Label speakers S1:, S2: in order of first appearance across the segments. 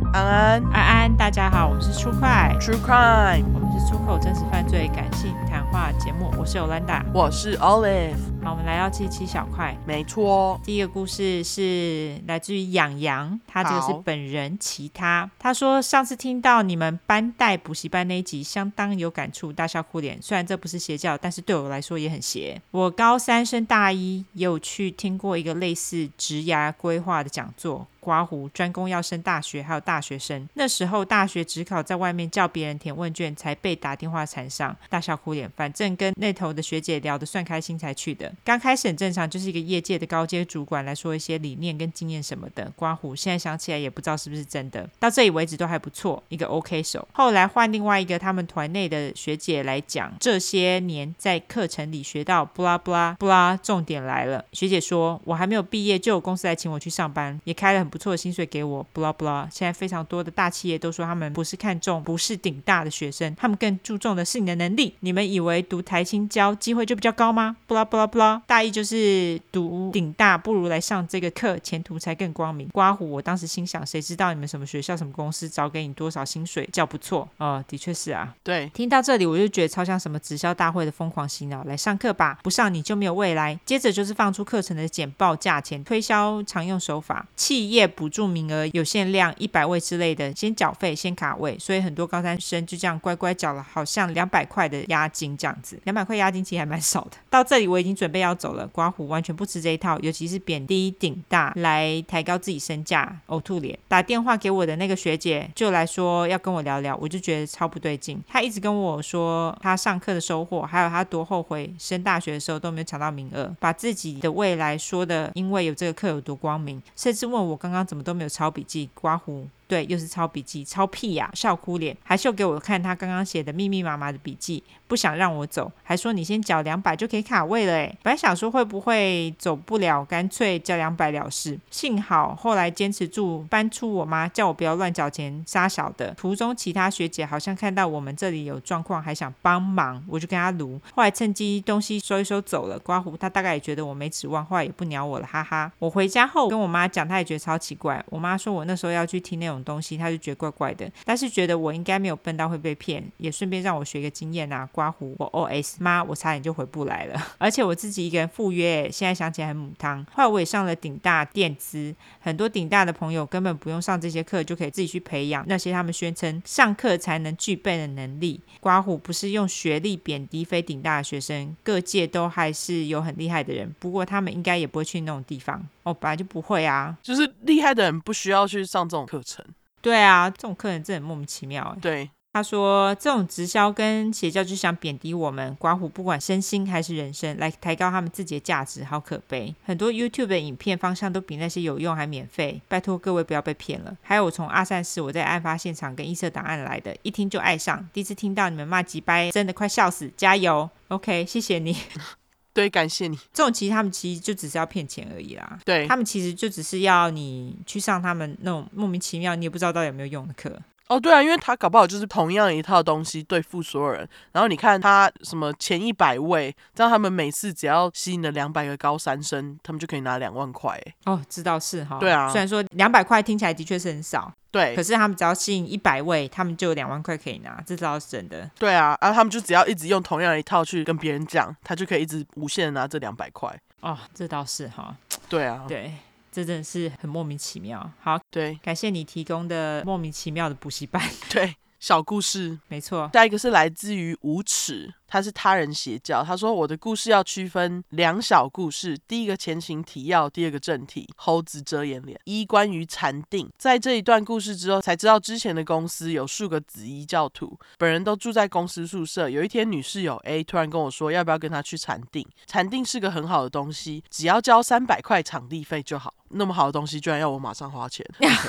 S1: 人
S2: 安安，大家好，我是出快，
S1: True Crime，
S2: 我们是出口真实犯罪感性谈话节目，我是 Olanda。
S1: 我是 Olive，
S2: 好，我们来到这一期小块。
S1: 没错，
S2: 第一个故事是来自于养羊，他这个是
S1: 好
S2: 本人其他。他说上次听到你们班带补习班那一集，相当有感触，大笑哭脸。虽然这不是邪教，但是对我来说也很邪。我高三升大一也有去听过一个类似职涯规划的讲座。刮胡专攻要升大学，还有大学生。那时候大学只考在外面叫别人填问卷，才被打电话缠上，大笑哭脸。反正跟那头的学姐聊得算开心才去的。刚开始很正常，就是一个业界的高阶主管来说一些理念跟经验什么的。刮胡现在想起来也不知道是不是真的，到这里为止都还不错，一个 OK 手。后来换另外一个他们团内的学姐来讲，这些年在课程里学到布拉布拉布拉，重点来了。学姐说，我还没有毕业就有公司来请我去上班，也开了很不错的薪水给我，布拉布拉。现在非常多的大企业都说他们不是看重不是顶大的学生，他们更注重的是你的能力。你们以为读台青教机会就比较高吗？布拉布拉布拉，大意就是读顶大不如来上这个课，前途才更光明。刮胡，我当时心想，谁知道你们什么学校什么公司找给你多少薪水，叫不错哦、的确是啊，
S1: 对，
S2: 听到这里，我就觉得超像什么直销大会的疯狂洗脑，来上课吧，不上你就没有未来。接着就是放出课程的简报、价钱、推销常用手法、企业补助名额有限量一百位之类的，先缴费先卡位，所以很多高三生就这样乖乖缴了，好像两百块的押金这样子，两百块押金其实还蛮少的。到这里我已经准备要走了，刮胡完全不吃这一套，尤其是贬低顶大来抬高自己身价，呕吐脸。打电话给我的那个学姐就来说要跟我聊聊，我就觉得超不对劲。她一直跟我说她上课的收获，还有她多后悔升大学的时候都没有抢到名额，把自己的未来说的因为有这个课有多光明，甚至问我刚刚怎么都没有抄笔记，刮胡。对，又是抄笔记，抄屁呀、笑哭脸，还秀给我看她刚刚写的密密麻麻的笔记，不想让我走，还说你先缴两百就可以卡位了欸诶，本来想说会不会走不了，干脆交两百了事。幸好后来坚持住，搬出我妈叫我不要乱缴钱，杀小的。途中其他学姐好像看到我们这里有状况，还想帮忙，我就跟她撸。后来趁机东西收一收走了。刮胡她大概也觉得我没指望，后来也不鸟我了，哈哈。我回家后跟我妈讲，她也觉得超奇怪。我妈说我那时候要去听那种东西，她就觉得怪怪的，但是觉得我应该没有笨到会被骗，也顺便让我学一个经验啊。刮胡我 OS 妈，我差点就回不来了， 而且我自己一个人赴约，现在想起来很母汤。后来我也上了顶大电资，很多顶大的朋友根本不用上这些课，就可以自己去培养那些他们宣称上课才能具备的能力。刮胡不是用学历贬低非顶大的学生，各界都还是有很厉害的人，不过他们应该也不会去那种地方。哦，本来就不会啊。
S1: 就是厉害的人不需要去上这种课程，
S2: 对啊，这种客人真的很莫名其妙哎。
S1: 对，
S2: 他说：“这种直销跟邪教就想贬低我们刮胡，不管身心还是人生，来抬高他们自己的价值，好可悲。很多 YouTube 的影片方向都比那些有用还免费，拜托各位不要被骗了。还有，我从阿善市我在案发现场跟异色档案来的，一听就爱上，第一次听到你们骂鸡掰，真的快笑死，加油！OK，谢谢你。
S1: 对，感谢你，
S2: 这种其实他们其实就只是要骗钱而已啦。”
S1: 对
S2: 他，们其实就只是要你去上他们那种莫名其妙，你也不知道到底有没有用的课。
S1: 哦，对啊，因为他搞不好就是同样一套东西对付所有人，然后你看他什么前一百位，这样他们每次只要吸引了两百个高三生，他们就可以拿两万块，哎
S2: 哦，知道是哈，
S1: 对啊
S2: 虽然说两百块听起来的确是很少，
S1: 对
S2: 可，是他们只要吸引一百位，他们就有两万块可以拿，这倒是真的。
S1: 对啊，啊，他们就只要一直用同样一套去跟别人讲，他就可以一直无限的拿这两百块。
S2: 哦，这倒是哈，
S1: 对啊，
S2: 对，这真的是很莫名其妙。好，
S1: 对
S2: 感谢你提供的莫名其妙的补习班，
S1: 对，小故事。
S2: 没错。
S1: 下一个是来自于无耻，他是他人邪教。他说我的故事要区分两小故事，第一个前情提要，第二个正题。猴子遮掩脸。一关于禅定，在这一段故事之后，才知道之前的公司有数个紫衣教徒，本人都住在公司宿舍。有一天，女室友 A 突然跟我说，要不要跟她去禅定？禅定是个很好的东西，只要交三百块场地费就好。那么好的东西，居然要我马上花钱。OK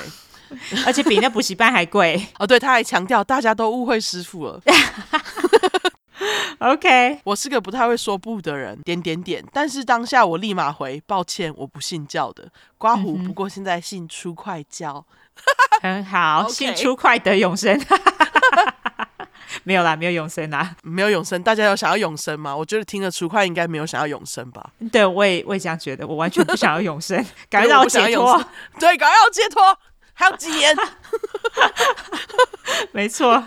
S2: 而且比那补习班还贵。
S1: 哦，对，他还强调大家都误会师傅了。
S2: OK，
S1: 我是个不太会说不的人，点点点。但是当下我立马回，抱歉，我不信教的。刮胡，不过现在信出快教。
S2: 很好，
S1: OK
S2: 信出快得永生。 没有啦，没有永生啦。
S1: 没有永生，大家有想要永生吗？我觉得听了出快应该没有想要永生吧。
S2: 对，我也我也这样觉得，我完全不想要永生，感觉
S1: 对
S2: 到
S1: 我不想
S2: 解
S1: 要
S2: 脱
S1: 永。对，搞要解脱。还有几年？
S2: 没错，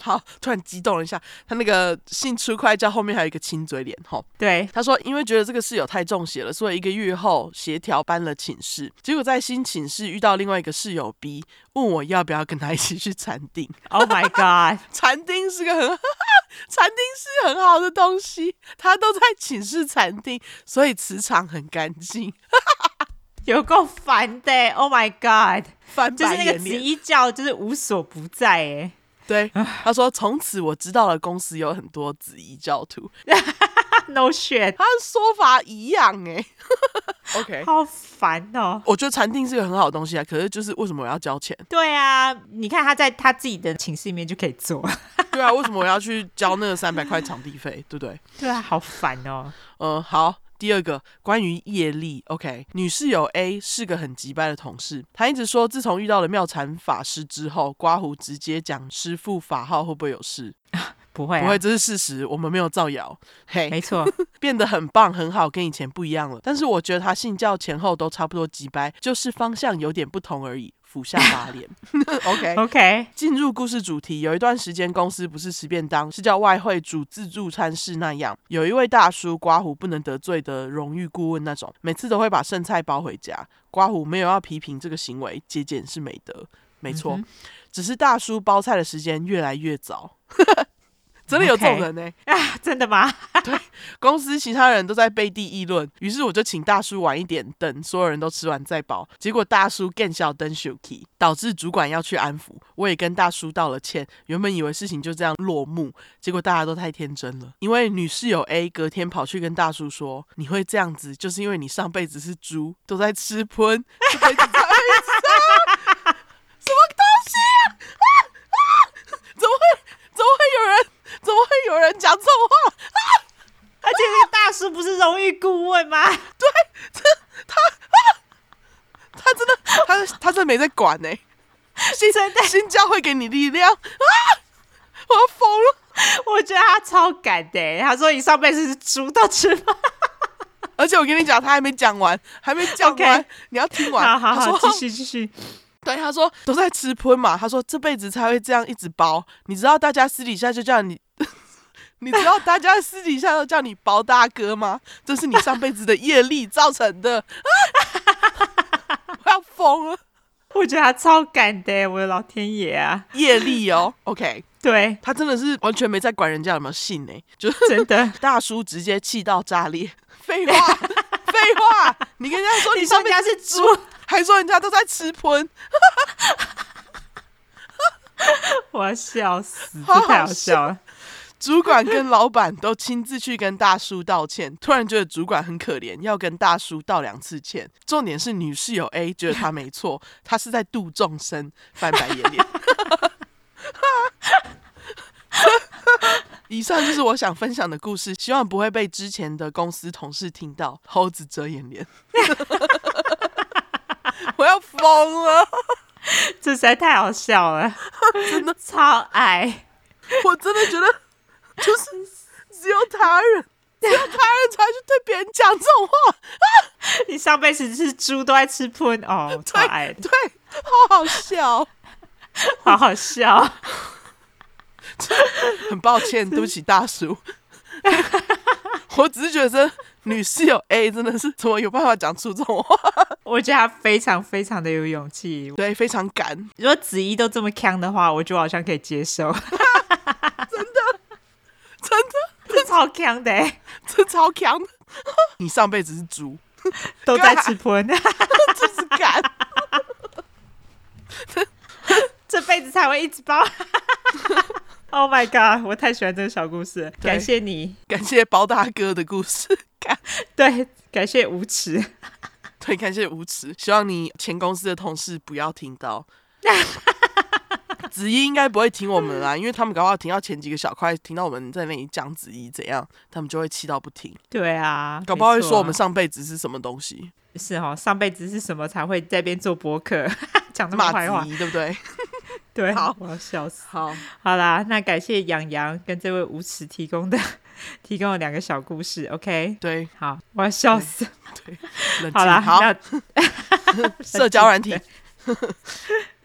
S1: 好，突然激动了一下，他那个信出快教后面还有一个亲嘴脸吼。
S2: 对，
S1: 他说，因为觉得这个室友太中邪了，所以一个月后协调搬了寝室。结果在新寝室遇到另外一个室友 B，问我要不要跟他一起去禅定。
S2: Oh my god！
S1: 禅定是个很， 禅定是很好的东西，他都在寝室禅定，所以磁场很干净。
S2: 有够烦的欸，Oh my god！
S1: 翻
S2: 就是
S1: 白
S2: 那个
S1: 眼
S2: 紫
S1: 脸，
S2: 衣教，就是无所不在哎。
S1: 对，他说从此我知道了公司有很多紫衣教徒，
S2: No shit，
S1: 他的说法一样 哎、OK，
S2: 好烦哦。
S1: 我觉得禅定是个很好的东西啊，可是就是为什么我要交钱？
S2: 对啊，你看他在他自己的寝室里面就可以做。
S1: 对啊，为什么我要去交那个三百块场地费？对不对？
S2: 对啊， 好烦哦。
S1: 嗯，好。第二个关于业力，OK，女室友 A 是个很急掰的同事，她一直说自从遇到了妙禅法师之后，刮胡直接讲师傅法号会不会有事？
S2: 不会、啊，
S1: 不会，，这是事实，我们没有造谣。嘿，
S2: 没错，
S1: 变得很棒，很好，跟以前不一样了。但是我觉得他信教前后都差不多几掰，就是方向有点不同而已。俯下巴 脸，OK。
S2: OK，
S1: 进入故事主题，有一段时间公司不是吃便当，是叫外汇煮自助餐室那样。有一位大叔刮胡不能得罪的荣誉顾问那种，每次都会把剩菜包回家。刮胡没有要批评这个行为，节俭是美德，没错。
S2: 嗯
S1: 只是大叔包菜的时间越来越早， 真的有这种
S2: OK
S1: 人呢、欸
S2: 真的吗？
S1: 公司其他人都在背地议论，于是我就请大叔晚一点，等所有人都吃完再包。结果大叔更小登 Shuki，导致主管要去安抚。我也跟大叔道了歉，原本以为事情就这样落幕，结果大家都太天真了。因为女室友 A 隔天跑去跟大叔说：“你会这样子，就是因为你上辈子是猪，都在吃喷， 这辈子才会吃啊什么东西啊？啊啊怎么会？怎么会有人？怎么会有人讲这种话？”
S2: 而且那个啊大叔不是荣誉顾问 吗？
S1: 他真的，他他真的没在管呢、新
S2: 真的
S1: 新教会给你力量啊！我要疯了，
S2: 我觉得他超敢的欸，他说你上辈子是猪都吃饭。
S1: 而且我跟你讲，他还没讲完，还没讲完
S2: OK
S1: 你要听完。
S2: 好好
S1: 他
S2: 好，
S1: 说
S2: 继续继续。
S1: 对，他说都在吃喷嘛，他说这辈子才会这样一直包。你知道大家私底下就叫你， 你知道大家私底下都叫你包大哥吗？这是你上辈子的业力造成的。啊、 我要疯了，
S2: 我觉得他超敢的欸，我的老天爷啊！
S1: 业力哦。OK，
S2: 对，
S1: 他真的是完全没在管人家有没有信呢、就是。。
S2: 真的
S1: 大叔直接气到炸裂。废话，废话，你跟人家说 你
S2: 你说
S1: 上
S2: 人
S1: 面
S2: 家是猪，
S1: 还说人家都在吃喷，
S2: 我要笑死，
S1: 好
S2: 这太
S1: 好
S2: 好笑了。
S1: 主管跟老板都亲自去跟大叔道歉。突然觉得主管很可怜，要跟大叔道两次歉。重点是女室友 A 觉得他没错，他是在度众生，翻白眼脸。 以上就是我想分享的故事，希望不会被之前的公司同事听到。猴子遮眼帘， 我要疯了。
S2: 这实在太好 笑了，真的超爱。
S1: 我真的觉得，就是只有他人，只有他人才去对别人讲这种话，
S2: 你上辈子是猪都在吃喷哦，超爱的，
S1: 对，好好笑。
S2: 好好笑。
S1: 很抱歉，对不起，大叔。我只是觉得女室友 A 真的是怎么有办法讲出这种话？
S2: 我觉得他非常非常的有勇气。
S1: 对，非常敢。
S2: 如果子怡都这么强的话，我就好像可以接受，
S1: 真的，
S2: 这超强的欸、
S1: 这超强的。 你上辈子是猪，
S2: 都在吃喷，
S1: 啊真是敢。
S2: 这辈子才会一直包。Oh my god！我太喜欢这个小故事了，
S1: 对
S2: 感谢你，
S1: 感谢包大哥的故事，感
S2: 对，感谢无耻。
S1: 对，感谢无耻。希望你前公司的同事不要听 到。子怡应该不会听我们啦，因为他们搞不好听到前几个小块，听到我们在那里讲子怡怎样，他们就会气到不停，
S2: 对啊，
S1: 搞不好会
S2: 没错啊
S1: 说我们上辈子是什么东西，
S2: 是哦，上辈子是什么才会在那边做博客， 讲这么
S1: 骂
S2: 坏话
S1: 子？怡对不对？
S2: 对，
S1: 好
S2: 我要笑死。
S1: 好，
S2: 好啦，那感谢杨洋跟这位无耻提供的提供了两个小故事，OK。
S1: 对，
S2: 好，我要笑死。
S1: 冷
S2: 好
S1: 静，
S2: 啦，
S1: 好，
S2: 那
S1: 社交软体
S2: 对，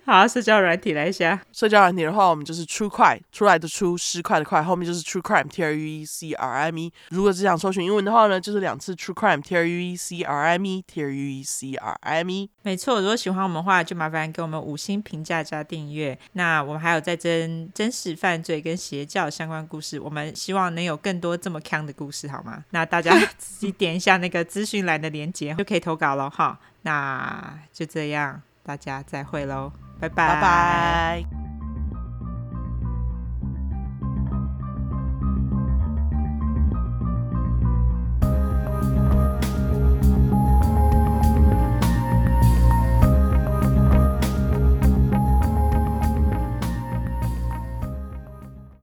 S2: 好，社交软体来一下。
S1: 社交软体的话，我们就是 True Crime 出来的出，失快的快，后面就是 True Crime T R U E C R I M E。如果只想搜寻英文的话呢，就是两次 True Crime T R U E C R I M E T R U E C R I M E。
S2: 没错，如果喜欢我们的话，就麻烦给我们五星评价加订阅。那我们还有在真真实犯罪跟邪教相关故事，我们希望能有更多这么康的故事，好吗？那大家自己点一下那个资讯栏的链接就可以投稿了哈。那就这样，大家再会喽，拜拜
S1: 拜拜。